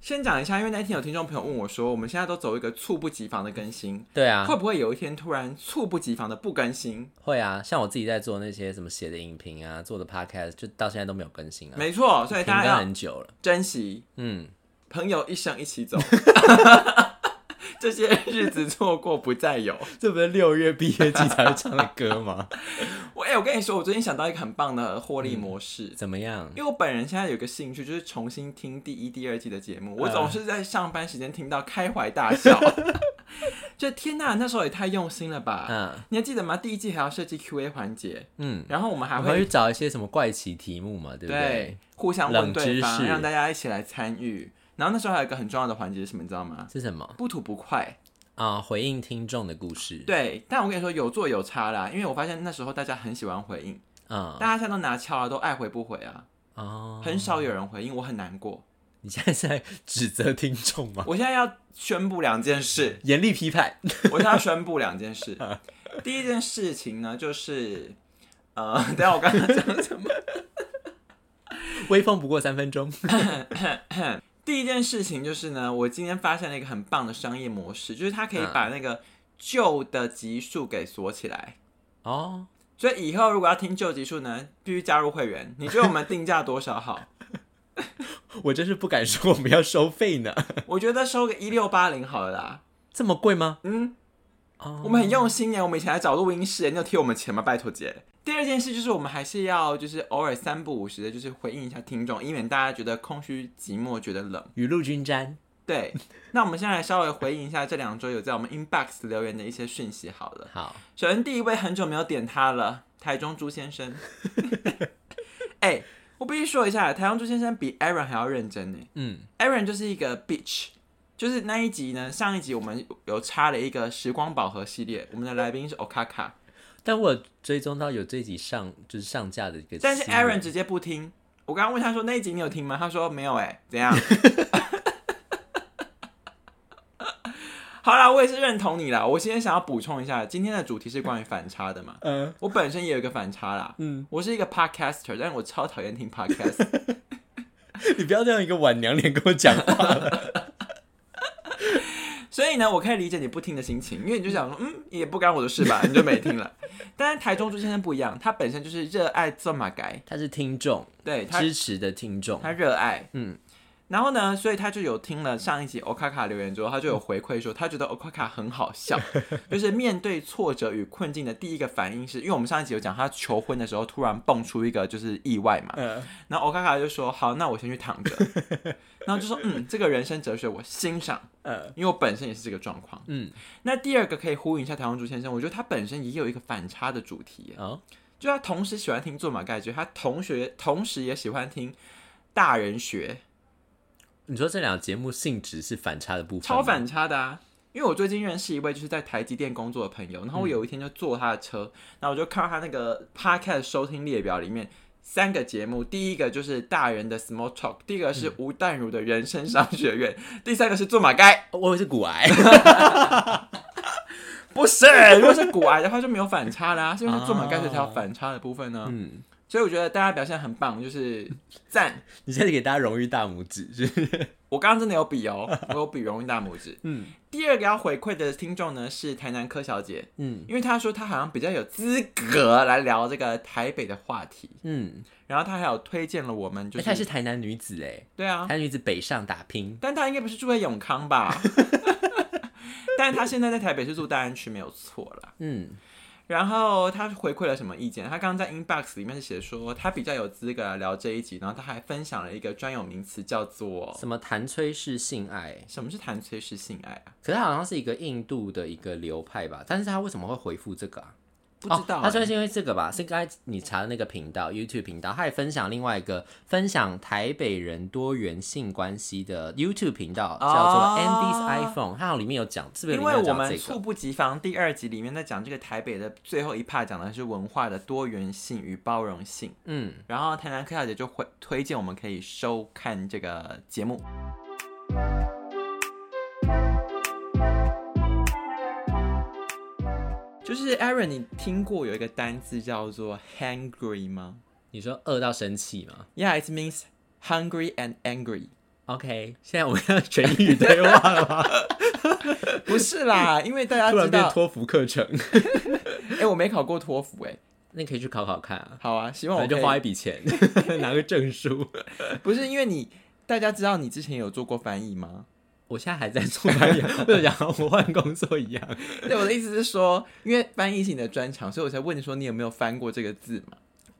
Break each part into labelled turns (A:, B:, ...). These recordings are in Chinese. A: 先讲一下，因为那天有听众朋友问我说，我们现在都走一个猝不及防的更新，
B: 对啊，
A: 会不会有一天突然猝不及防的不更新？
B: 会啊，像我自己在做那些什么写的影评啊，做的 podcast，就到现在都没有更新啊，
A: 没错，所以
B: 停
A: 大
B: 更
A: 家要
B: 很久了。
A: 珍惜
B: 嗯，
A: 朋友一生一起 走，这些日子错过不再 有。
B: 这不是六月毕业季才会唱的歌吗？
A: 我哎、我跟你说，我最近想到一个很棒的获利模式。
B: 怎么 样？
A: 因为我本人现在有个兴趣，就是重新听第一、第二季的节目。我
B: 嗯
A: 总是在上班时间听到开怀大 笑，就天呐，那时候也太用心了吧！
B: 嗯
A: 你还记得吗？第一季还要设计 Q&A 环节，
B: 嗯，
A: 然后我们还
B: 我们会
A: 会
B: 去找一些什么怪奇题目嘛，对不对？
A: 互相问对
B: 冷
A: 方，
B: 知识
A: 让大家一起来参与。然后那时候还有一个很重要的环节是什么，你知道吗？
B: 是什么
A: 不吐不快。
B: 啊？回应听众的故事。，
A: 对，但我跟你说有做有差啦，因为我发现那时候大家很喜欢回应，
B: 嗯
A: 大家现在都拿敲了，都爱回不回啊，
B: 哦，
A: 很少有人回应，我很难过。
B: 你现在是在指责听众吗？
A: 我现在要宣布两件事，
B: 严厉批 判。
A: 我现在要宣布两件 事。第一件事情呢，就是呃，等一下我刚刚讲什么？
B: 微风不过三分 钟。
A: 第一件事情就是呢，我今天发现了一个很棒的商业模式，就是它可以把那个旧的集数给锁起来。
B: 哦，
A: 所以以后如果要听旧集数呢，必须加入会员。你觉得我们定价多少好？
B: 我真是不敢说我们要收费呢，
A: 我觉得收个一六八零好了啦。
B: 这么贵吗？
A: 嗯，
B: 哦，
A: 我们很用心耶，我们以前还找录音室耶，你有贴我们钱吗？拜托姐。第二件事就是我们还是要就是偶尔三不五时的，就是回应一下听众，以免大家觉得空虚寂寞，觉得冷。
B: 雨露均沾。
A: 对，那我们现在来稍微回应一下这两周有在我们 inbox 留言的一些讯息好了。
B: 好，
A: 首先第一位很久没有点他了，台中朱先生。 哎、我必须说一下，台中朱先生比 Aaron 还要认真呢。
B: 嗯，
A: Aaron 就是一个 bitch，就是那一集呢，上一集我们有插了一个时光宝盒系列，我们的来宾是 Okaka，
B: 但我有追踪到有这集上就是上架的一个新闻，
A: 但是 Aaron 直接不听。我刚刚问他说那一集你有听吗？他说没有哎、怎样？好啦，我也是认同你啦。我今天想要补充一下，今天的主题是关于反差的嘛。
B: 呃
A: 我本身也有一个反差啦，
B: 嗯，
A: 我是一个 podcaster，但是我超讨厌听 podcast。
B: 你不要这样一个晚娘脸跟我讲话。
A: 所以呢，我可以理解你不听的心情，因为你就想说，嗯，也不干我的事吧，你就没听了。但是台中朱先生不一样，他本身就是热爱做马改，
B: 他是听众，
A: 对他
B: 支持的听众。
A: 他热爱，
B: 嗯
A: 嗯。然后呢，所以他就有听了上一集 Okaka 留言之后，他就有回馈说，他觉得 Okaka 很好笑，就是面对挫折与困境的第一个反应是，因为我们上一集有讲他求婚的时候突然蹦出一个就是意外嘛，
B: 嗯，
A: 然后 Okaka 就说好，那我先去躺着，然后就说嗯，这个人生哲学我欣赏，
B: 呃，
A: 因为我本身也是这个状况。
B: 嗯，
A: 那第二个可以呼应一下台湾竹先生，我觉得他本身也有一个反差的主题耶，
B: 哦，
A: 就他同时喜欢听做马盖觉，他同学同时也喜欢听大人学，
B: 你说这两个节目性质是反差的部分，
A: 超。反差的啊。因为我最近认识一位就是在台积电工作的朋友，然后我有一天就坐他的车，然后我就看到他那个 podcast 收听列表里面三个节目，第一个就是大人的 Small Talk，第一个
B: 嗯
A: 是吴淡如的人生商学院，第三个是做马盖。
B: 哦我以为是骨 癌，
A: 不是，如果是古癌的话就没有反差啦、是因为是做满盖水才有反差的部分呢、
B: 嗯，
A: 所以我觉得大家表现很棒，就是赞。
B: 你现在给大家荣誉大拇指，是不是
A: 我刚刚真的有比哦，我有比荣誉大拇指。
B: 嗯
A: 第二个要回馈的听众呢是台南柯小姐，
B: 嗯
A: 因为她说她好像比较有资格来聊这个台北的话题，
B: 嗯，
A: 然后她还有推荐了我们，就
B: 哎
A: 是、
B: 她是台南女子哎，
A: 对啊
B: 台，南女子北上打拼，
A: 但她应该不是住在永康 吧？但是她现在在台北是住大安区，没有错啦。
B: 嗯，
A: 然后他回馈了什么意见？他刚刚在 inbox 里面是写说他比较有资格来聊这一集，然后他还分享了一个专有名词叫做
B: 什么谭崔氏性爱，
A: 什么是谈催式性爱啊？
B: 可是它好像是一个印度的一个流派吧，但是他为什么会回复这个啊？
A: 不知道、
B: 哦他说
A: 欸
B: 是因为这个吧，是刚才你查的那个频道 YouTube 频道，他也分享另外一个分享台北人多元性关系的 YouTube 频道，
A: 哦
B: 叫做 Andy's iPhone，它好像里面有讲，是不是
A: 因
B: 里面
A: 为
B: 有
A: 我
B: 讲
A: 们
B: 这
A: 猝
B: 个？
A: 不及防第二集里面在讲这个台北的最后一 part 讲的是文化的多元性与包容性，
B: 嗯，
A: 然后台南柯小姐就会推荐我们可以收看这个节目。就是 Aaron，你听过有一个单字叫做 hungry 吗
B: 你说饿到生气吗？
A: ？Yeah, it means hungry and angry。
B: OK，现在我们要全英语对话了吗，
A: 不是啦，因为大家
B: 突
A: 啊知
B: 然变
A: 道，
B: 托福课程，
A: 哎、我没考过托福、哎，
B: 那你可以去考考看啊，
A: 好啊，希望
B: 反
A: 我
B: 正就
A: 可
B: 花
A: 以
B: 一笔钱 拿个证书。
A: 不是因为你，大家知道你之前有做过翻译吗？
B: 我现在还在做 翻译啊，为了讲我换工作一样。
A: 对，我的意思是说，因为翻译是你的专长，所以我才问你说你有没有翻过这个字嘛？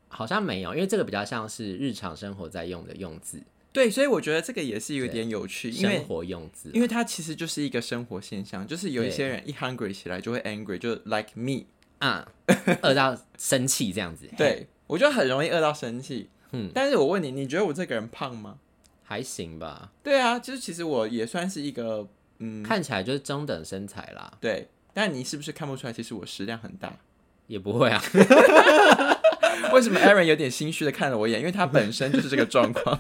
B: 好像没有，因为这个比较像是日常生活在用的用字，
A: 对，所以我觉得这个也是有点有趣，因
B: 生
A: 为
B: 活用字。
A: 因为它其实就是一个生活现象，就是有一些人一 hungry 起来就会 angry，就 like me，
B: 啊， 饿到生气这样子。，
A: 对我觉得很容易饿到生气。
B: 嗯，
A: 但是我问你，你觉得我这个人胖吗？
B: 还行吧，
A: 对啊，就是其实我也算是一个嗯，
B: 看起来就是中等身材啦，
A: 对。但你是不是看不出来？其实我食量很大。
B: 也不会啊。
A: 为什么 Aaron 有点心虚的看了我一眼？因为他本身就是这个状况。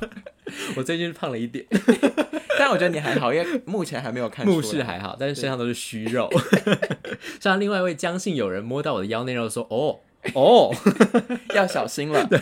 B: 我最近胖了一 点，
A: 但我觉得你还好，因为目前还没有看出来。
B: 目视还好，但是身上都是虚 肉。像另外一位江姓友人摸到我的腰内肉，说：“哦 哦，
A: 要小心 了。对，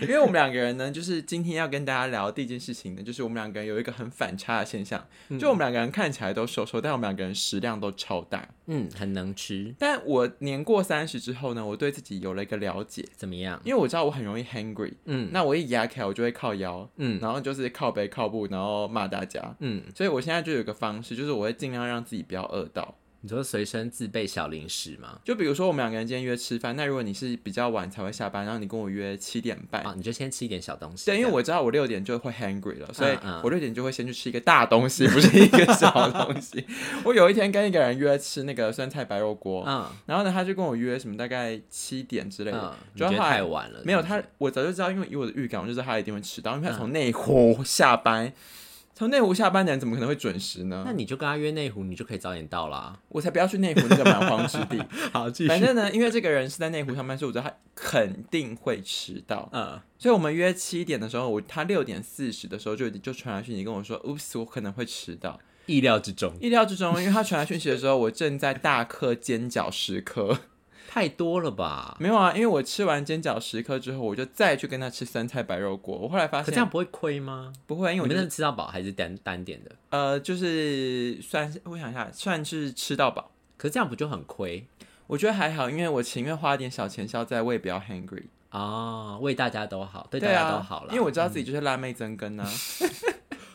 A: 因为我们两个人呢，就是今天要跟大家聊的第一件事情呢，就是我们两个人有一个很反差的现象，
B: 嗯
A: 就我们两个人看起来都瘦瘦，但我们两个人食量都超大。
B: 嗯，很能吃，
A: 但我年过三十之后呢，我对自己有了一个了解，
B: 怎么样？
A: 因为我知道我很容易 hungry，
B: 嗯
A: 那我一压开我就会靠腰，
B: 嗯
A: 然后就是靠背靠步，然后骂大家。
B: 嗯，
A: 所以我现在就有一个方式，就是我会尽量让自己不要饿到。
B: 你说随身自备小零食吗？
A: 就比如说我们两个人今天约吃饭，那如果你是比较晚才会下班，然后你跟我约七点半，
B: 啊，你就先吃一点小东西。
A: 对，因为
B: 这样
A: 我知道我六点就会 hungry 了，所以
B: 嗯
A: 我六点就会先去吃一个大东西，不是一个小东西。 我有一天跟一个人约吃那个酸菜白肉锅，
B: 嗯
A: 然后呢，他就跟我约什么大概七点之类的
B: 嗯，，你
A: 主
B: 觉
A: 要
B: 得
A: 他
B: 太
A: 还
B: 嗯晚了？嗯
A: 没有
B: 是不是
A: 他，我早就知道，因为以我的预感，我就知道他一定会迟到，因为他从内湖下班。从内湖下班的人怎么可能会准时呢
B: 那？你就跟他约内湖，你就可以早点到啦。
A: 我才不要去内湖那个蛮荒之地。
B: 好，继
A: 反。正呢，因为这个人是在内湖上班，所以我知道他肯定会迟到。
B: 嗯，
A: 所以我们约七点的时候，我他六点四十的时候就已经就传来讯息跟我说，oops，我可能会迟到。
B: 意料之中，
A: 意料之中，因为他传来讯息的时候，我正在大课煎饺十颗。
B: 太多了吧？
A: 没有啊，因为我吃完煎饺十颗之后，我就再去跟他吃酸菜白肉锅。我后来发
B: 可这
A: 现
B: 样不会亏吗？
A: 不会，因
B: 你
A: 为我就
B: 们那
A: 是
B: 是吃到饱还是单单点的？
A: 呃，就是算是我想一下，算是吃到饱。
B: 可这样不就很亏
A: 我觉得还好，因为我情愿花点小钱消灾，我也不要 hungry。
B: 啊、为大家都好，对大
A: 对
B: 家
A: 啊，
B: 都好了。
A: 因为我知道自己就是辣妹增根 啊。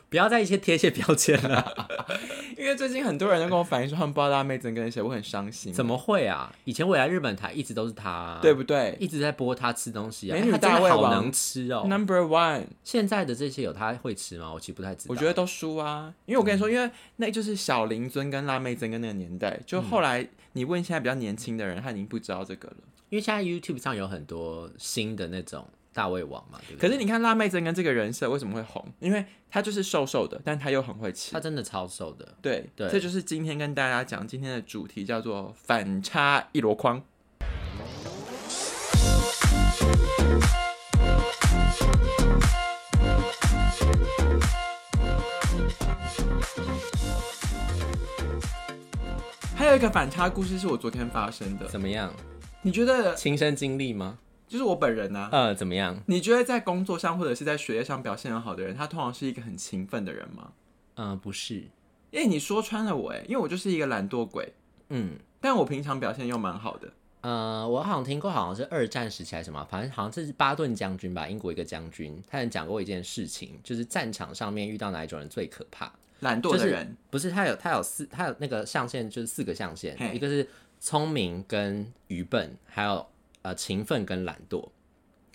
B: 不要再一些贴一些标签 了。
A: 因为最近很多人都跟我反映说他们不知道辣妹增根是谁，我很伤心。
B: 怎么会啊？以前我来日本台一直都是他，
A: 嗯对，不对？
B: 一直在播他吃东西啊。
A: 美
B: 哎
A: 女
B: 他真
A: 大
B: 的
A: 胃
B: 好
A: 王
B: 能吃哦。
A: Number one，
B: 现在的这些有他会吃吗？我其实不太知道。
A: 我觉得都输啊，因为我跟你说，因为那就是小林尊跟辣妹尊跟那个年代，就后来你问现在比较年轻的人，他已经不知道这个了。
B: 因为现在 YouTube 上有很多新的那种大胃王嘛，对不对？
A: 可是你看辣妹尊跟这个人设为什么会红？因为他就是瘦瘦的，但他又很会吃
B: 他。真的超瘦的，
A: 对，
B: 对
A: 这就是今天跟大家讲今天的主题叫做反差一箩筐。还有一个反差故事是我昨天发生的，
B: 怎么样？
A: 你觉得
B: 亲身经历吗？
A: 就是我本人啊？
B: 呃，怎么样？
A: 你觉得在工作上或者是在学业上表现很好的人，他通常是一个很勤奋的人吗？
B: 嗯、不是，
A: 因为你说穿了我、欸，因为我就是一个懒惰鬼，
B: 嗯。
A: 但我平常表现又蛮好的。
B: 呃，我好像听过，好像是二战时期还是什么，反正好像这是巴顿将军吧，英国一个将军，他曾讲过一件事情，就是战场上面遇到哪一种人最可怕，
A: 懒惰的人，
B: 不是他有他有四他有那个象限，就是四个象限
A: 嘿，
B: 一个是聪明跟愚笨，还有呃勤奋跟懒惰，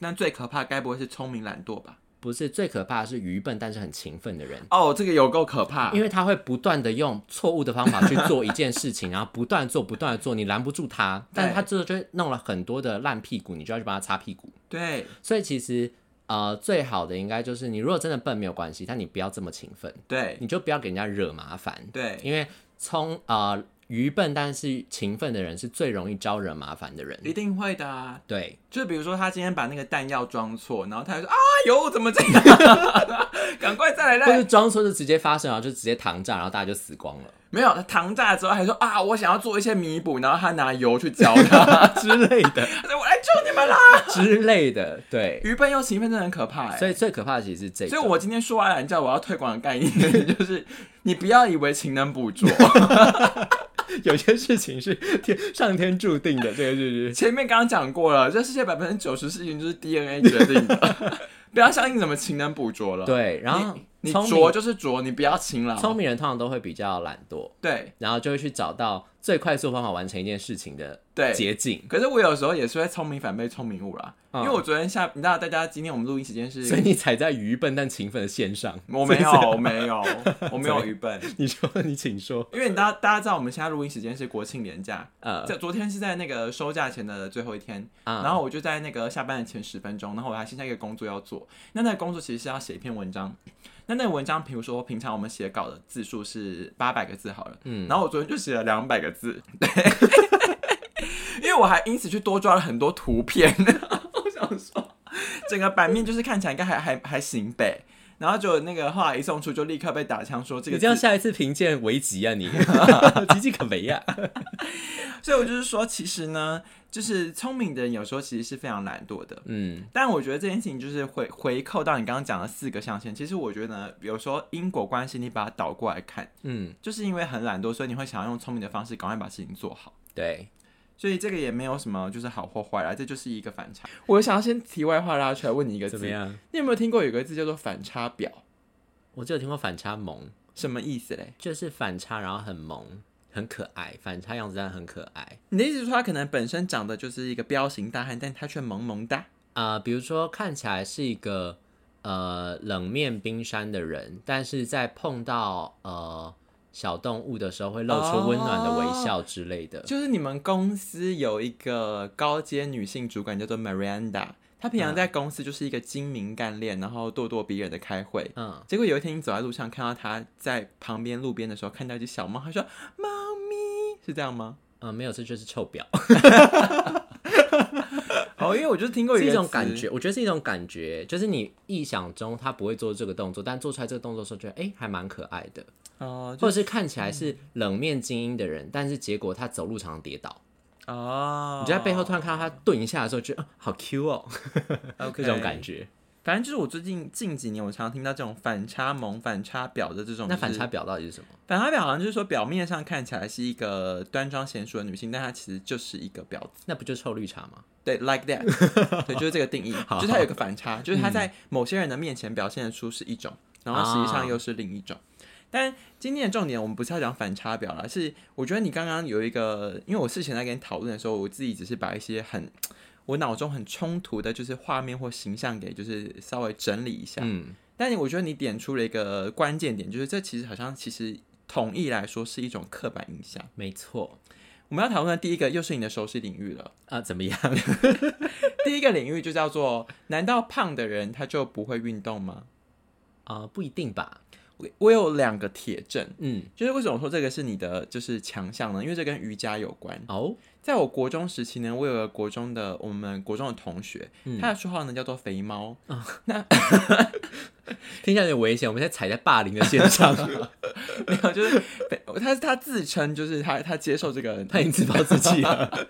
A: 那最可怕该不会是聪明懒惰吧？
B: 不是最可怕的是愚笨但是很勤奋的人，
A: 哦，这个有够可怕，
B: 因为他会不断的用错误的方法去做一件 事情，然后不断地做不断的做，你拦不住他，但是他最后就会弄了很多的烂屁股，你就要去帮他擦屁股。
A: 对
B: 所以其实呃，最好的应该就是你如果真的笨没有关系，但你不要这么勤奋，
A: 对
B: 你就不要给人家惹麻烦，
A: 对，
B: 因为聪呃愚笨但是勤奋的人是最容易招惹麻烦的人。
A: 一定会的、啊。
B: 对，
A: 就比如说他今天把那个弹药装错，然后他就说啊哟，怎么这样？赶快再来
B: 或
A: 来！
B: 是装出就直接发生，然后就直接膛炸，然后大家就死光了。
A: 没有，他糖炸之后还说啊，我想要做一些弥补，然后他拿油去浇 他，
B: 啊之类的
A: 他说我来救你们啦。
B: 之类的，对。
A: 愚笨又勤奋真的很可怕、欸，
B: 哎所以最可怕的其实是这个，
A: 所以我今天说完懒觉，我要推广的概念 就是，你不要以为勤能补拙。
B: 有些事情是天上天注定的，这个是
A: 前面刚刚讲过了，这世界百分之九十事情就是 DNA 决定的， 不要相信什么勤能补拙了。，
B: 对。然后
A: 你
B: 聪
A: 拙
B: 明
A: 就是拙，你不要勤劳。
B: 聪明人通常都会比较懒惰，
A: 对
B: 然后就会去找到最快速方法完成一件事情的
A: 对。
B: 捷径。
A: 可是我有时候也是会聪明反被聪明误啦，
B: 嗯
A: 因为我昨天下，你知道大家今天我们录音时间
B: 所以
A: 是。
B: 你踩在愚笨但勤奋的线上。
A: 我没有，我没有，我没有
B: 对
A: 愚笨，
B: 你说，你请说。
A: 因为你大家大家知道我们现在录音时间是国庆连假，
B: 呃
A: 这昨天是在那个收假前的最后一天，
B: 啊，
A: 然后我就在那个下班的前十分钟，然后我还剩下一个工作要做。那那个工作其实是要写一篇文章。那那个文章，比如说平常我们写稿的字数是八百个字好了，
B: 嗯
A: 然后我昨天就写了两百个字，对， 因为我还因此去多抓了很多图片。我想说，整个版面就是看起来应该还还还行呗。然后就那个后来一送出，就立刻被打枪说这个
B: 你
A: 字
B: 这样下一次评鉴危急 啊你，岌岌可危呀、 啊。
A: 所以我就是说，其实呢，就是聪明的人有时候其实是非常懒惰的。
B: 嗯，
A: 但我觉得这件事情就是回回扣到你刚刚讲的四个象限。其实我觉得呢，有时候因果关系你把它倒过来看，
B: 嗯，
A: 就是因为很懒惰，所以你会想要用聪明的方式赶快把事情做好。
B: 对，
A: 所以这个也没有什么就是好或坏啦，这就是一个反差。我想要先题外话拉出来问你一个字
B: 怎，么样？
A: 你有没有听过有个字叫做反差表？
B: 我就有听过反差萌，
A: 什么意思嘞？
B: 就是反差，然后很萌，很可爱，反差样子但很可爱。
A: 你的意思是说他可能本身长得就是一个彪形大汉，但他却萌萌哒？
B: 啊，比如说看起来是一个呃冷面冰山的人，但是在碰到呃小动物的时候，会露出温暖的微笑之类的。
A: 哦就是你们公司有一个高阶女性主管叫做 Miranda，她平常在公司就是一个精明干练，然后咄咄逼人的开会。
B: 嗯，
A: 结果有一天你走在路上，看到她在旁边路边的时候，看到一只小猫，她说：“猫咪。”是这样吗？
B: 呃，没有，这就是臭婊，
A: 哦，因为我就 听过
B: 是一种感，觉。我觉得是一种感觉，就是你臆想中他不会做这个动作，但做出来这个动作的时候，觉得哎、还蛮可爱的，
A: 哦，就
B: 或者是看起来是冷面精英的人，但是结果他走路常常跌倒，
A: 哦，
B: 你就在背后突然看到他顿一下的时候，觉得、啊好 Q 哦，
A: OK
B: 这种感。觉。
A: 反正就是我最近近几年，我常常听到这种反差萌、反差表的这种。
B: 那反差表到底是什么？
A: 反差表好像就是说，表面上看起来是一个端庄贤淑的女性，但她其实就是一个婊子。
B: 那不就臭绿茶吗？
A: 对，like that，对，就是这个定义，
B: 好嗯
A: 就是它有一个反差，就是它在某些人的面前表现得出是一种，然后实际
B: 啊
A: 上又是另一种。但今天的重点，我们不是要讲反差表啦，是我觉得你刚刚有一个，因为我事前在跟你讨论的时候，我自己只是把一些很我脑中很冲突的，就是画面或形象给就是稍微整理一下。
B: 嗯，
A: 但我觉得你点出了一个关键点，就是这其实好像其实统一来说是一种刻板印象。
B: 没错。
A: 我们要讨论的第一个又是你的熟悉领域了。
B: 啊，怎么样？
A: 第一个领域就叫做：难道胖的人他就不会运动吗？
B: 啊，不一定吧。
A: 我我有两个铁证，
B: 嗯，
A: 就是为什么说这个是你的就是强项呢？因为这跟瑜伽有关。
B: 哦，
A: 在我国中时期呢，我有个国中的我们国中的同学，
B: 嗯
A: 他的绰号呢叫做肥猫。
B: 听起来有点危险。我们现在踩在霸凌的线 上，
A: 没有，就是肥他他自称就是他他接受这个，
B: 他已经自暴自弃啊了。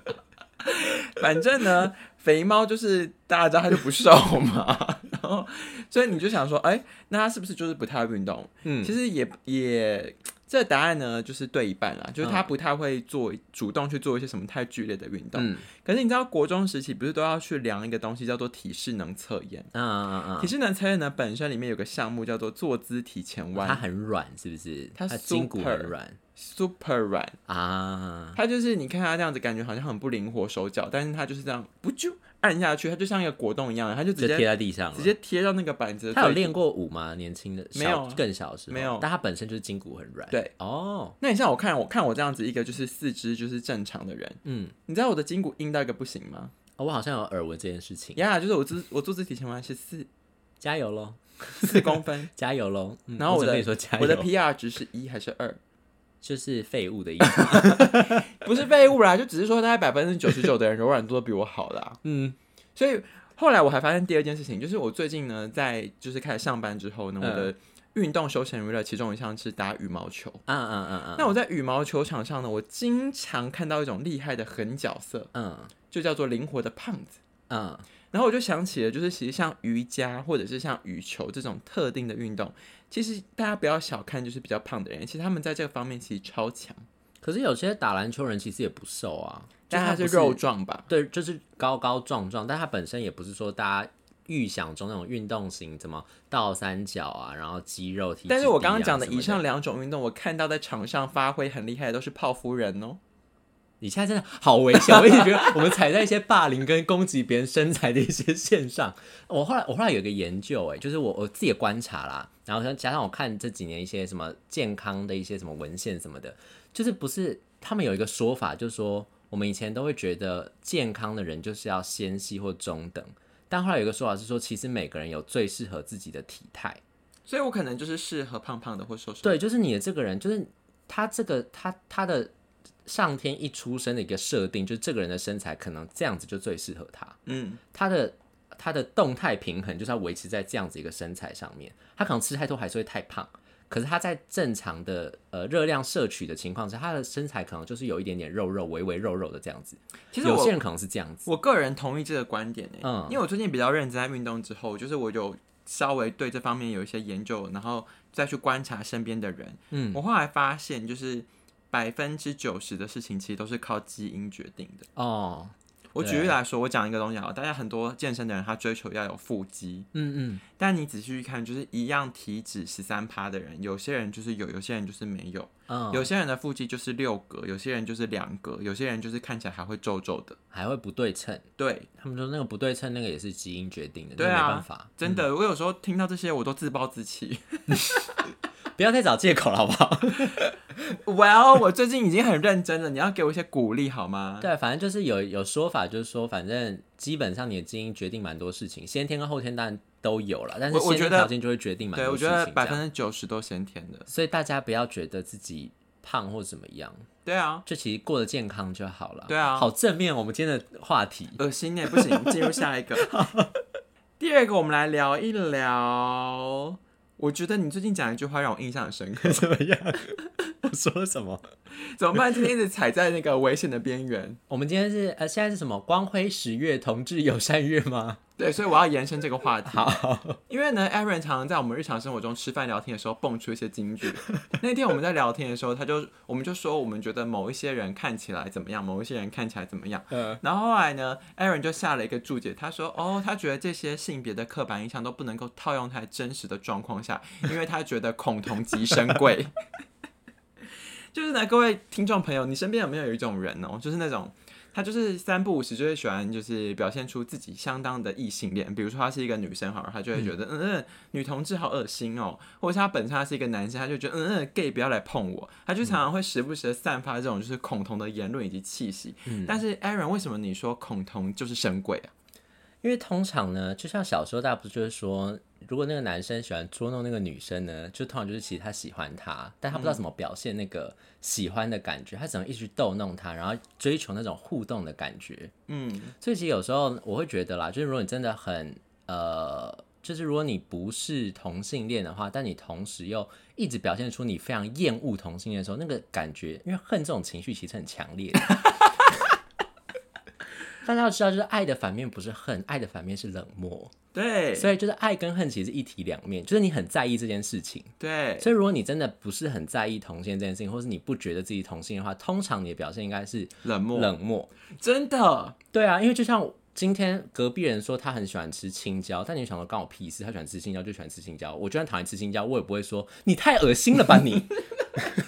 A: 反正呢，肥猫就是大家知道他就不瘦嘛， 然后所以你就想说，哎、那他是不是就是不太会运动？
B: 嗯
A: 其实也也这答案呢，就是对一半啦，
B: 嗯
A: 就是他不太会做、主动去做一些什么太剧烈的运动。
B: 嗯
A: 可是你知道，国中时期不是都要去量一个东西叫做体适能测验？
B: 啊啊啊
A: 体！适能测验呢，本身里面有个项目叫做坐姿体前
B: 它
A: 弯
B: 很软，是不是？
A: 它
B: 筋骨
A: super
B: 很软
A: ，super 软。
B: 啊。
A: 它就是你看它这样子，感觉好像很不灵活手脚，但是它就是这样不就按下去，它就像一个果冻一样，它就直
B: 就
A: 接
B: 贴在地上了。
A: 直接贴到那个板子的最底。
B: 他有练过舞吗？年轻的
A: 没有啊
B: 小更小的时候
A: 没有
B: 但他本身就是筋骨很软。
A: 对，
B: 哦，
A: 那你像我看我看我这样子一个就是四肢就是正常的人，
B: 嗯，
A: 你知道我的筋骨硬到一个不行吗？
B: 哦我好像有耳闻这件事情。
A: 呀就是我自我坐姿体前弯是四
B: 加油喽，，
A: 四公分
B: 加油喽！嗯
A: 然后我
B: 我只
A: 的
B: 跟你说加油，
A: 我的 PR 值是一还是二？
B: 就是废物的意思。
A: 不是废物啦，就只是说大概百分之九十九的人柔软度都比我好啦。
B: 嗯，
A: 所以后来我还发现第二件事情，就是我最近呢，在就是开始上班之后呢，
B: 嗯
A: 我的运动休闲娱乐其中一项是打羽毛球。
B: 嗯嗯嗯嗯
A: 那我在羽毛球场上呢，我经常看到一种厉害的狠角色，
B: 嗯
A: 就叫做灵活的胖子。
B: 嗯，
A: 然后我就想起了，就是其实像瑜伽或者是像羽球这种特定的运动，其实大家不要小看就是比较胖的人，其实他们在这个方面其实超强，
B: 可是有些打篮球人其实也不瘦啊，就
A: 但
B: 他
A: 他是
B: 不
A: 肉壮吧？
B: 对，就是高高壮壮，但他本身也不是说大家预想中那种运动型，怎么倒三角啊，然后肌肉体、啊
A: 但是我刚刚讲
B: 的
A: 啊的以上，两种运动，我看到在场上发挥很厉害的都是泡芙人哦。
B: 你现在真的好危险，我一直觉得我们踩在一些霸凌跟攻击别人身材的一些线上。我后来我后来有一个研究、哎，就是我我自己的观察啦，然后加上我看这几年一些什么健康的一些什么文献什么的，就是不是他们有一个说法，就是说我们以前都会觉得健康的人就是要纤细或中等，但后来有一个说法是说，其实每个人有最适合自己的体态。
A: 所以我可能就是适合胖胖的或瘦瘦的。
B: 对，就是你的这个人，就是他这个他他的上天一出生的一个设定，就是这个人的身材可能这样子就最适合他，
A: 嗯，
B: 他的他的动态平衡就是要维持在这样子一个身材上面，他可能吃太多还是会太胖。可是他在正常的呃热量摄取的情况下，他的身材可能就是有一点点肉肉、微微肉肉的这样子。
A: 其实
B: 有些
A: 我
B: 人可能是这样子，
A: 我个人同意这个观点呢、欸
B: 嗯
A: 因为我最近比较认真在运动之后，就是我有稍微对这方面有一些研究，然后再去观察身边的人。
B: 嗯，
A: 我后来发现，就是百分之九十的事情其实都是靠基因决定的。
B: 哦，
A: 我
B: 对
A: 举例来说，我讲一个东西好了，大家很多健身的人他追求要有腹肌，
B: 嗯嗯，
A: 但你仔细去看，就是一样体脂十三趴的人，有些人就是有，有些人就是没有，
B: 嗯
A: 有些人的腹肌就是六格，有些人就是两格，有些人就是看起来还会皱皱的。
B: 还会不对称，
A: 对，
B: 他们说那个不对称，那个也是基因决定的，
A: 对
B: 那
A: 啊
B: 没办法，
A: 真的，我有时候听到这些，我都自暴自弃。
B: 不要再找借口了，好不好？
A: well，我最近已经很认真了，你要给我一些鼓励好吗？
B: 对，反正就是有有说法，就是说，反正基本上你的基因决定蛮多事情，先天跟后天当然都有了，但是
A: 我我
B: 先
A: 觉
B: 天
A: 得
B: 条件就会决定蛮
A: 对，
B: 多
A: 我
B: 事
A: 觉
B: 情。
A: 得
B: 这
A: 百
B: 样
A: 分之九十都先天的。
B: 所以大家不要觉得自己胖或怎么样，
A: 对啊，
B: 就其实过得健康就好了。
A: 对啊
B: 好正面，我们今天的 话题。
A: 恶心欸呢，不行，进入下一个。第二个，我们来聊一聊。我觉得你最近讲一句话让我印象很深刻，
B: 怎么 样？我说了什么？
A: 怎么办？今天一直踩在那个危险的边缘。
B: 我们今天是呃，现在是什么？光辉十月同志友善月吗？
A: 对，所以我要延伸这个话题。因为呢，Aaron 常常在我们日常生活中吃饭聊天的时候蹦出一些金句。那天我们在聊天的时候，他就我们就说我们觉得某一些人看起来怎么样，某一些人看起来怎么样。
B: 呃，
A: 然后后来呢，Aaron 就下了一个注解，他说：“哦，他觉得这些性别的刻板印象都不能够套用在真实的状况下，因为他觉得恐同极深贵。” 就是呢，各位听众朋友，你身边有没有有一种人哦，就是那种他就是三不五时就会喜欢，就是表现出自己相当的异性恋，比如说他是一个女生好了，他就会觉得嗯嗯，女同志好恶心哦，或者是他本身他是一个男生，他就觉得嗯嗯，gay 不要来碰我，他就常常会时不时的散发这种就是恐同的言论以及气息。
B: 嗯
A: 但是 Aaron，为什么你说恐同就是神鬼啊？
B: 因为通常呢，就像小时候大家不是就是说，如果那个男生喜欢捉弄那个女生呢，就通常就是其实他喜欢她，但他不知道怎么表现那个喜欢的感觉，他只能一直逗弄她，然后追求那种互动的感觉。
A: 嗯，
B: 所以其实有时候我会觉得啦，就是如果你真的很呃，就是如果你不是同性恋的话，但你同时又一直表现出你非常厌恶同性恋的时候，那个感觉，因为恨这种情绪其实很强烈的。 大家要知道，就是爱的反面不是恨，爱的反面是冷漠，
A: 对
B: 所以就是爱跟恨其实是一体两面，就是你很在意这件事情，
A: 对，
B: 所以如果你真的不是很在意同性这件事情，或是你不觉得自己同性的话，通常你的表现应该是
A: 冷漠，
B: 冷漠，
A: 真的
B: 对啊，因为就像今天隔壁人说他很喜欢吃青椒，但你想说关我屁事，他喜欢吃青椒就喜欢吃青椒，我就算讨厌吃青椒，我也不会说你太恶心了吧你。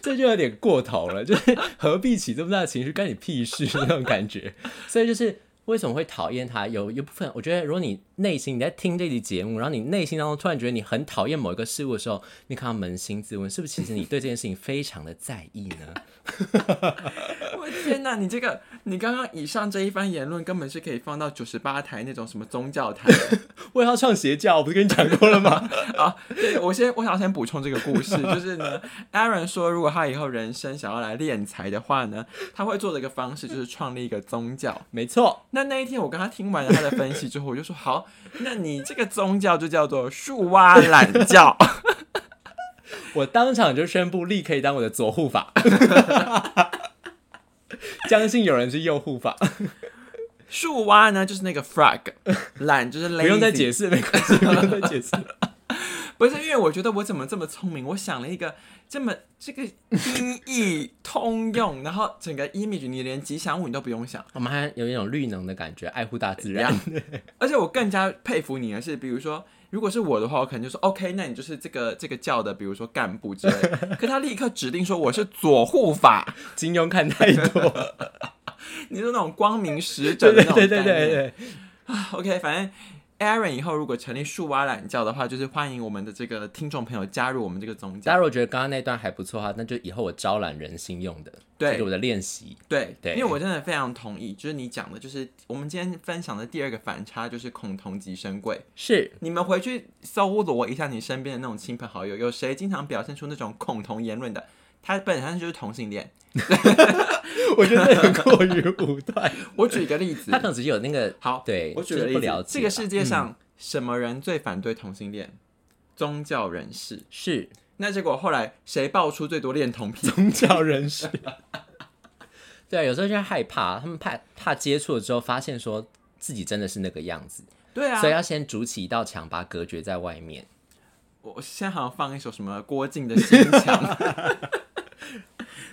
B: 这就有点过头了，就是何必起这么大的情绪，干你屁事那种感觉。所以就是为什么会讨厌他，有一部分我觉得，如果你内心你在听这期节目，然后你内心当中突然觉得你很讨厌某一个事物的时候，你看到扪心自问，是不是其实你对这件事情非常的在意呢？
A: 我的天哪！你这个，你刚刚以上这一番言论，根本是可以放到九十八台那种什么宗教 台。
B: 我也要唱邪教，我不是跟你讲过了吗？
A: 啊，对我先我想先补充这个故事， 就是呢，Aaron 说，如果他以后人生想要来敛财的话呢，他会做的一个方式就是创立一个宗教。
B: 没错，
A: 那那一天我跟他听完了他的分析之后，我就说好，教，那你这个宗教就叫做树蛙懒教。
B: 我当场就宣布，力可以当我的左护法。相信有人是右护法，
A: 树蛙呢，就是那个 frog，懒就是 lazy，
B: 不用再解释，没关系，不用再解释。
A: 不是因为我觉得我怎么这么聪明？我想了一个这么这个音译通用，然后整个 image 你连吉祥物你都不用想。
B: 我们还有一种绿能的感觉，爱护大自然。
A: 而且我更加佩服你的是，比如说，如果是我的话，我可能就说 OK，那你就是这个这个教的，比如说干部之类 的。可他立刻指定说我是左护法，
B: 金庸看太多，
A: 你是那种光明使者
B: 对
A: 的
B: 对
A: 那种概
B: 对
A: 念。
B: 对对对，
A: OK，反正 Aaron 以后如果成立树蛙懒教的话，就是欢迎我们的这个听众朋友加入我们这个宗
B: 大
A: 教。
B: 家如果觉得刚刚那段还不错的话，那就以后我招揽人心用的，
A: 对
B: 这是我的练习。
A: 对，
B: 对
A: 因为我真的非常同意，就是你讲的，就是我们今天分享的第二个反差，就是恐同即生贵。
B: 是
A: 你们回去搜罗一下你身边的那种亲朋好友，有谁经常表现出那种恐同言论的？他本身就是同性恋。
B: 我觉得有点过于武断。
A: 我举一个例子
B: 他，可能只是有那个
A: 好，
B: 对，
A: 我举
B: 就
A: 个
B: 是
A: 例
B: 不了
A: 子，
B: 解嗯
A: 这个
B: 啦
A: 世界上什么人最反对同性恋？宗教人士。
B: 是
A: 那结果后来谁爆出最多恋童 癖？
B: 宗教人士。对，啊有时候就会害怕，他们怕怕接触了之后，发现说自己真的是那个样子，
A: 对啊
B: 所以，要先筑起一道墙，把它隔绝在外面。
A: 我现在好像放一首什么郭靖的《心墙》，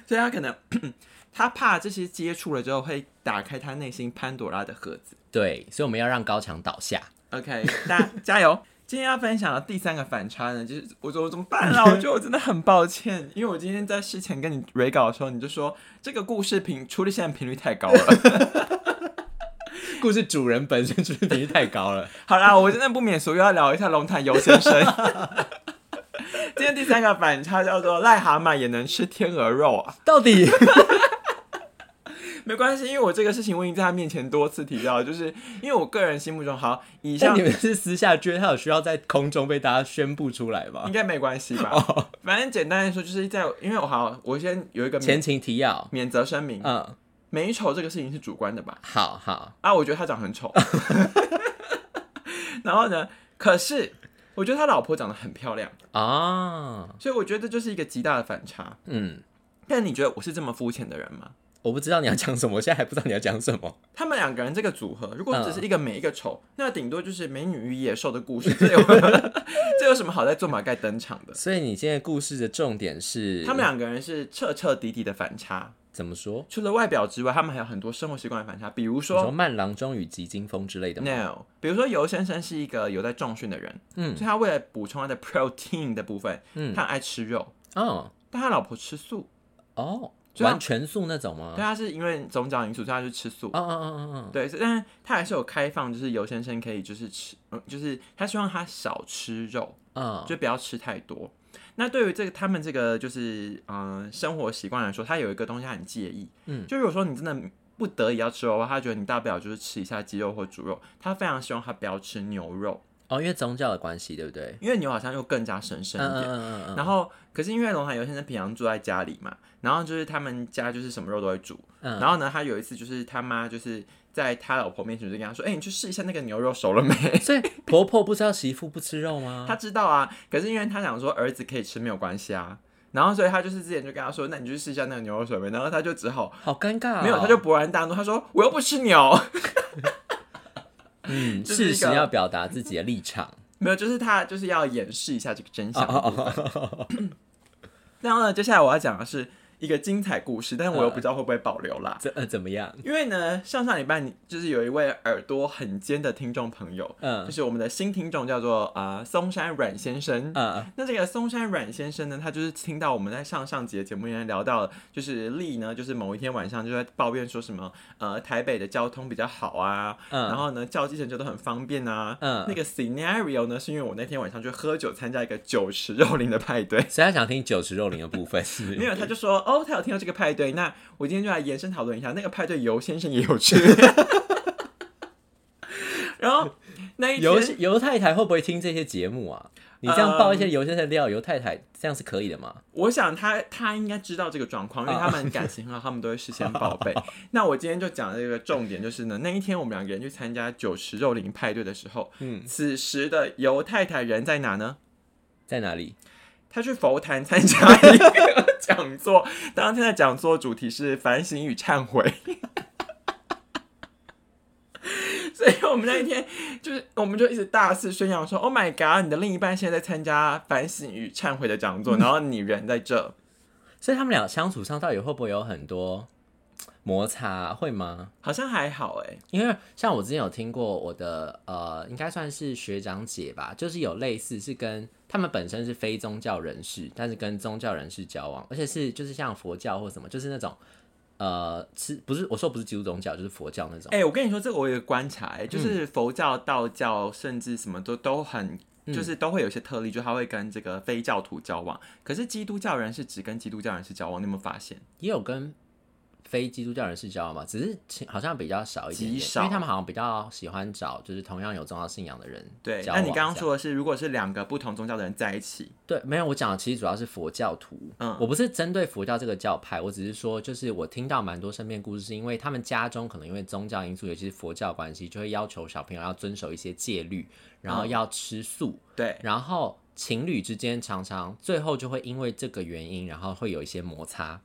A: 所以他可能 他怕这些接触了之后会打开他内心潘朵拉的盒子。
B: 对，所以我们要让高墙倒下。
A: OK，大家加油！今天要分享的第三个反差呢，就是我说我怎么办啊啦？我觉得我真的很抱歉，因为我今天在事前跟你 re 稿的时候，你就说这个故事频处理现在频率太高了。
B: 故事主人本身是不是频率太高了？
A: 好啦，我真的不免俗要聊一下龙潭游先生。今天第三个反差叫做癞蛤蟆也能吃天鹅肉啊，
B: 到 底
A: 没关系，因为我这个事情我已经在他面前多次提到了，就是因为我个人心目中好，以
B: 像
A: 上
B: 哎你们是私下约，他有需要在空中被大家宣布出来
A: 应
B: 吗？
A: 该没关系
B: 哦
A: 吧？反正简单来说，就是在因为我好，我先有一个免
B: 前情提要，
A: 免责声明，
B: 嗯，
A: 美丑这个事情是主观的吧？
B: 好好，
A: 啊，我觉得他长很 丑。然后呢，可是我觉得他老婆长得很漂亮，
B: 啊，
A: 所以我觉得这就是一个极大的反差。
B: 嗯，
A: 但你觉得我是这么肤浅的人吗？
B: 我不知道你要讲什么，我现在还不知道你要讲什么。
A: 他们两个人这个组合，如果
B: 嗯
A: 只是一个美一个丑，那顶多就是美女与野兽的故事。 这有这有什么好在做马盖登场的？
B: 所以你现在故事的重点是
A: 他们两个人是彻彻底底的反差，
B: 怎么说？
A: 除了外表之外，他们还有很多生活习惯的反差，比如
B: 你说
A: 说
B: 慢郎中与急惊风之类的吗？
A: no，比如说尤先生是一个有在重训的人，
B: 嗯
A: 所以他为了补充他的 protein 的部分，
B: 嗯
A: 他很爱吃肉，
B: 哦
A: 但他老婆吃素，
B: 哦，
A: 就像
B: 完全素那种吗
A: 对，？啊他是因为宗教因素，所以他就吃素。
B: 哦哦哦哦哦，
A: 对，但是他还是有开放，就是尤先生可以就是吃，嗯，就是他希望他少吃肉，
B: 嗯，
A: 就不要吃太多。那对于这个他们这个就是嗯、呃生活习惯来说，他有一个东西他很介意，
B: 嗯
A: 就如果说你真的不得已要吃肉的话，他觉得你大不了就是吃一下鸡肉或猪肉，他非常希望他不要吃牛肉，
B: 哦，因为宗教的关系，对不对？
A: 因为牛好像又更加神圣
B: 嗯
A: 一
B: 嗯
A: 点。
B: 嗯嗯嗯
A: 然后，可是因为龙海游先生平常住在家里嘛，然后就是他们家就是什么肉都会煮。
B: 嗯
A: 然后呢，他有一次就是他妈就是在他老婆面前就跟他说：“哎、你去试一下那个牛肉熟了没
B: 嗯，所以婆婆不知道媳妇不吃肉？”吗？
A: 他知道啊，可是因为他想说儿子可以吃没有关系啊，然后所以他就是之前就跟他说：“那你去试一下那个牛肉熟了没？”然后他就只好
B: 好尴尬哦，
A: 没有，他就勃然大怒，他说：“我又不吃牛。
B: 嗯，
A: 这是一
B: 事
A: 个
B: 实要表达自己的 立场。”
A: 没有，就是他就是要掩饰一下这个真
B: 哦
A: 相。
B: 哦哦哦哦，
A: 然后呢，接下来我要讲的是一个精彩故事，但是我又
B: 嗯
A: 不知道会不会保留啦。
B: 怎呃怎么样？
A: 因为呢，上上礼拜你就是有一位耳朵很尖的听众朋友，
B: 嗯
A: 就是我们的新听众，叫做呃松山阮先生。
B: 嗯
A: 那这个松山阮先生呢，他就是听到我们在上上集的节目里面聊到，就是丽呢，就是某一天晚上就在抱怨说什么，呃，台北的交通比较好啊，然
B: 嗯
A: 后呢叫计程车都很方便啊。
B: 嗯，
A: 那个 scenario 呢，是因为我那天晚上去喝酒，参加一个酒池肉林的派对，
B: 谁还想听九十肉林的部分？是不
A: 没
B: 是
A: 有，他就说哦，他有听到这个派对，那我今天就来延伸讨 论一下，那个派对尤先生也有去。然后 那一
B: 犹
A: 天
B: 犹太太会不会听这些节目啊？你这
A: 嗯
B: 样爆一些犹先生料，犹太太这样是可以的吗？
A: 我想他他应该知道这个状况，因为他们感情很好，他们都会事先报备。那我今天就讲这个重点，就是呢，那一天我们两个人去参加酒池肉林派对的时候，
B: 嗯，
A: 此时的犹太太人在哪呢？
B: 在哪里？
A: 他去佛坛参加一个讲座，当天的讲座主题是反省与忏悔。 所以我们那一天就是，我们就一直大肆宣扬说：“Oh my god，你的另一半现在在参加反省与忏悔的讲座，然后你人在这。”
B: 所以他们俩相处上到底会不会有很多嘖摩擦啊？会吗？
A: 好像还好哎、
B: 因为像我之前有听过我的呃，应该算是学长姐吧，就是有类似是跟他们本身是非宗教人士，但是跟宗教人士交往，而且是就是像佛教或什么，就是那种呃，是不是我说不是基督宗教，就是佛教那种。
A: 哎、我跟你说，这个我有个观察、
B: 嗯
A: 哎，就是佛教、道教，甚至什么都都很，
B: 嗯
A: 就是都会有一些特例，就他会跟这个非教徒交往。可是基督教人是只跟基督教人是交往，你有没有发现？
B: 也有跟非基督教人士交往嘛，只是其好像比较少一点
A: 极
B: 点
A: 少
B: 因为他们好像比较喜欢找就是同样有宗教信仰的人
A: 对，
B: 交
A: 那
B: 往。
A: 你刚刚
B: 这样
A: 说的是，如果是两个不同宗教的人在一起，
B: 对，没有我讲的其实主要是佛教徒，
A: 嗯
B: 我不是针对佛教这个教派，我只是说就是我听到蛮多身边故事，是因为他们家中可能因为宗教因素，尤其是佛教关系，就会要求小朋友要遵守一些戒律，然后要吃素，
A: 对，
B: 然后情侣之间常常最后就会因为这个原因，然后会有一些摩擦。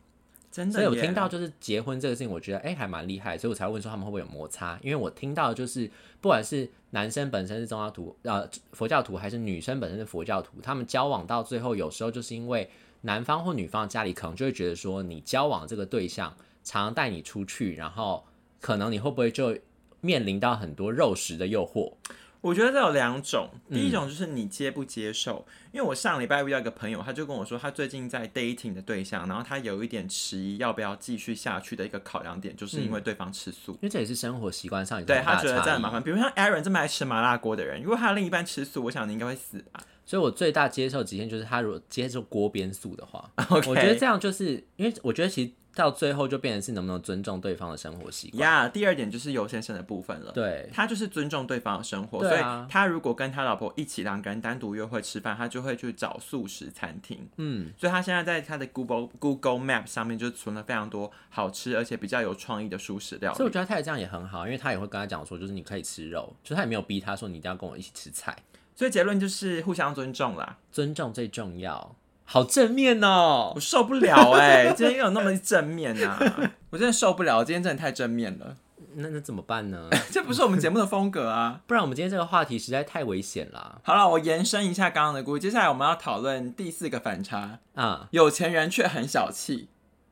A: 真的
B: 所
A: 耶，
B: 以我听到就是结婚这个事情，我觉得哎、还蛮厉害，所以我才问说他们会不会有摩擦，因为我听到就是不管是男生本身是宗教徒呃佛教徒，还是女生本身是佛教徒，他们交往到最后有时候就是因为男方或女方的家里可能就会觉得说你交往这个对象常常带你出去，然后可能你会不会就面临到很多肉食的诱惑，
A: 我觉得这有两种，
B: 嗯
A: 第一种就是你接不接受，因为我上礼拜遇到一个朋友，他就跟我说，他最近在 dating 的对象，然后他有一点迟疑要不要继续下去的一个考量点，就是
B: 嗯
A: 因为对方吃素。
B: 因为这也是生活习惯上有
A: 对
B: 很
A: 他
B: 大
A: 觉
B: 的
A: 得这
B: 差
A: 很
B: 异
A: 麻。烦。比如像 Aaron 这么爱吃麻辣锅的人，如果他的另一半吃素，我想你应该会死啊吧。
B: 所以我最大接受极限就是他如果接受锅边素的话
A: OK
B: 我觉得这样就是因为我觉得其实到最后就变成是能不能尊重对方的生活习惯。
A: 呀、第二点就是尤先生的部分了。
B: 对，
A: 他就是尊重对方的生活，
B: 对
A: 所
B: 啊
A: 以他如果跟他老婆一起两个人单独约会吃饭，他就会去找素食餐厅。
B: 嗯，
A: 所以他现在在他的 Google Google Map 上面就存了非常多好吃而且比较有创意的素食料
B: 所以我
A: 理。
B: 觉得他也这样也很好，因为他也会跟他讲说，就是你可以吃肉，就是他也没有逼他说你一定要跟我一起吃菜，
A: 所以结论就是互相尊重啦。
B: 尊重最重要。好正面哦
A: 我！受不了哎、今天又有那么正面啊呐、我真的受不了，今天真的太正面了，
B: 那那怎么办呢？
A: 这不是我们节目的风格啊。
B: 不然我们今天这个话题实在太危险啦！
A: 好了，我延伸一下刚刚的故事，接下来我们要讨论第四个反差：
B: 啊，
A: 有钱人却很小气。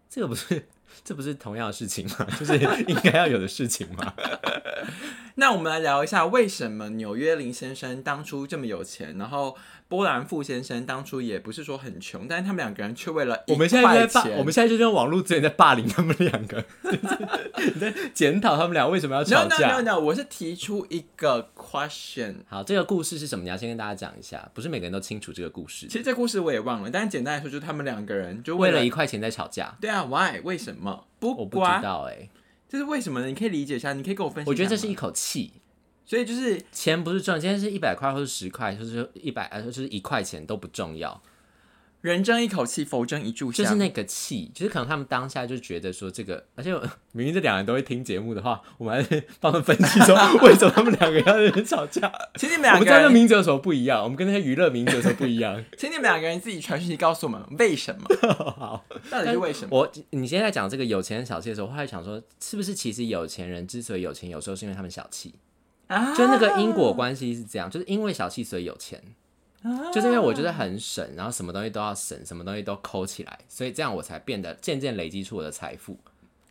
B: 这个不是 这不是同样的事情吗？ 就是应该要有的事情 吗？
A: 那我们来聊一下，为什么纽约林先生当初这么有钱，然后波兰富先生当初也不是说很穷，但是他们两个人却为了
B: 我们现在
A: 一
B: 就在
A: 块
B: 霸，
A: 钱
B: 我们现在就用网络资源在霸凌他们两个， 你在检讨他们俩为什么要吵
A: no no
B: 架。
A: no no，我是提出一个 question。
B: 好，这个故事是什么？你要先跟大家讲一下，不是每个人都清楚这个故事
A: 其。实这故事我也忘了，但是简单来说，就是他们两个人就
B: 为
A: 为了
B: 了一块钱在吵架，
A: 对啊，why 为什么
B: 我
A: 不
B: 不知
A: 瓜？
B: 道哎、
A: 这是为什么呢？你可以理解一下，你可以跟我分析。
B: 我觉得这是，一口气，
A: 所以就是
B: 钱不是重点，今天是一百块或是十块，就是一百呃，就是一块钱都不重要，
A: 人争一口气，佛争一炷香。
B: 就是那个气，就是可能他们当下就觉得说这个，而且我明明这两人都会听节目的话，我们还是帮他们分析 说为什么他们两个要在那边吵架。
A: 其实你们两
B: 我们
A: 个
B: 知道这
A: 人，
B: 名字有什么不一样？我们跟那些娱乐名字有什么不一样？
A: 其实你们两个人自己传讯息告诉我们为什么？
B: 好，
A: 到底是为什么？
B: 我你现在讲这个有钱人小气的时候，我后来想说，是不是其实有钱人之所以有钱，有时候是因为他们小气，
A: 啊
B: 就那个因果关系是这样，就是因为小气所以有钱，
A: 啊
B: 就是因为我觉得很省，然后什么东西都要省，什么东西都抠起来，所以这样我才变得渐渐累积出我的财富。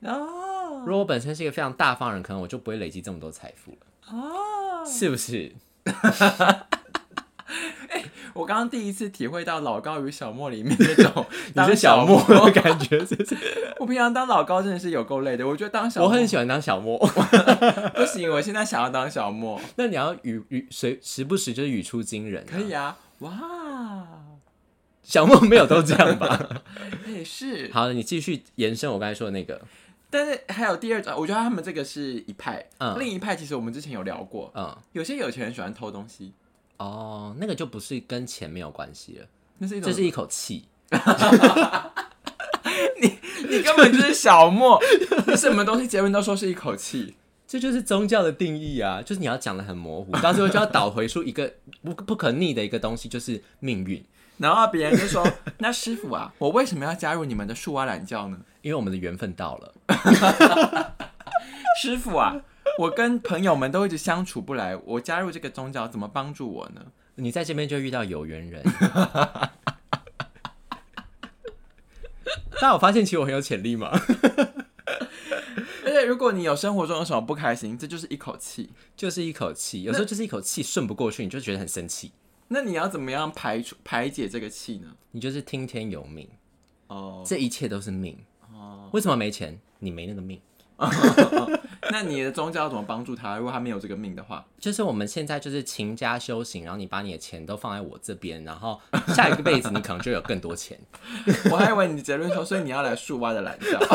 A: 哦
B: 如果我本身是一个非常大方的人，可能我就不会累积这么多财富了，
A: 哦，
B: 是不是？
A: 我刚刚第一次体会到老高与小莫里面那种
B: 你
A: 当
B: 是小莫的感觉，是不是？
A: 我平常当老高真的是有够累的，我觉得当小
B: 我
A: 莫
B: 很喜欢当小莫。
A: 不行，我现在想要当小莫，
B: 那你要语语随时不时就是语出惊人、
A: 可以，啊，哇，
B: 小莫没有都这样吧？
A: 也是。
B: 好，你继续延伸我刚才说的那个。
A: 但是还有第二种，我觉得他们这个是一派，
B: 嗯
A: 另一派其实我们之前有聊过，
B: 嗯，
A: 有些有钱人喜欢偷东西，
B: 哦，那个就不是跟钱没有关系了，
A: 那是一种，
B: 这是一口气。
A: 你根本就是小 莫，你什么东西结论都说是一口气，
B: 这就是宗教的定义啊，就是你要讲的很模糊，到最后就要导回出一个不不可逆的一个东西，就是命运。
A: 然后别人就说，那师傅 啊，我为什么要加入你们的树蛙懒教呢？
B: 因为我们的缘分到了，
A: 师傅啊，我跟朋友们都一直相处不来，我加入这个宗教怎么帮助我呢？
B: 你在这边就遇到有缘人。 但我发现其实我很有潜力嘛，
A: 而且如果你有生活中有什么不开心，这就是一口气。
B: 就是一口气，有时候就是一口气顺不过去，你就觉得很生气，
A: 那你要怎么样排除排解这个气呢？
B: 你就是听天由命，
A: 哦，
B: 这一切都是命。为什么没钱？你没那个命。
A: 那你的宗教要怎么帮助他？如果他没有这个命的话，
B: 就是我们现在就是勤加修行，然后你把你的钱都放在我这边，然后下一个辈子你可能就有更多钱。
A: 我还以为你的结论说，所以你要来树蛙的懒觉。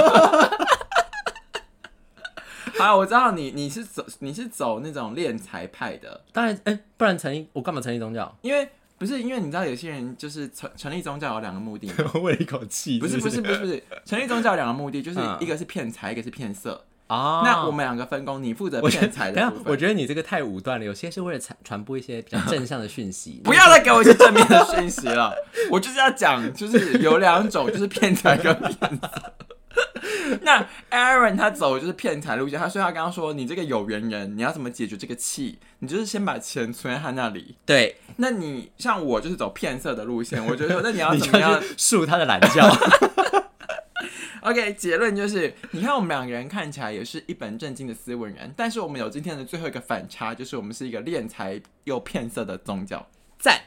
A: 好，啊我知道你你是走你是走那种敛财派的，
B: 当然，哎、不然成立我干嘛成立宗 教？
A: 因为不是因为你知道有些人就是成成立宗教有两个目的嘛，
B: 为了一口气
A: 不是不是不是不是成立宗教有两个目的，就是
B: 嗯
A: 一个是骗财，一个是骗色。
B: 啊？
A: 那我们两个分工，你负责
B: 我觉得
A: 骗财
B: 等
A: 的
B: 下
A: 部
B: 我
A: 分。
B: 觉得你这个太武断了，有些是为了传传播一些比较正向的讯息。
A: 不要再给我一些正面的讯息了， 我就是要讲，就是有两种，就是骗财跟骗色。 那 Aaron 他走的就是骗财路线，他所以他刚刚说你这个有缘人，你要怎么解决这个气？你就是先把钱存在他那里。
B: 对，
A: 那你像我就是走骗色的路线， 我觉得说那你要
B: 你
A: 怎么样
B: 就？是树他的懒觉。
A: OK，结论就是，你看我们两个人看起来也是一本正经的斯文人，但是我们有今天的最后一个反差，就是我们是一个敛财又骗色的宗教。
B: 赞。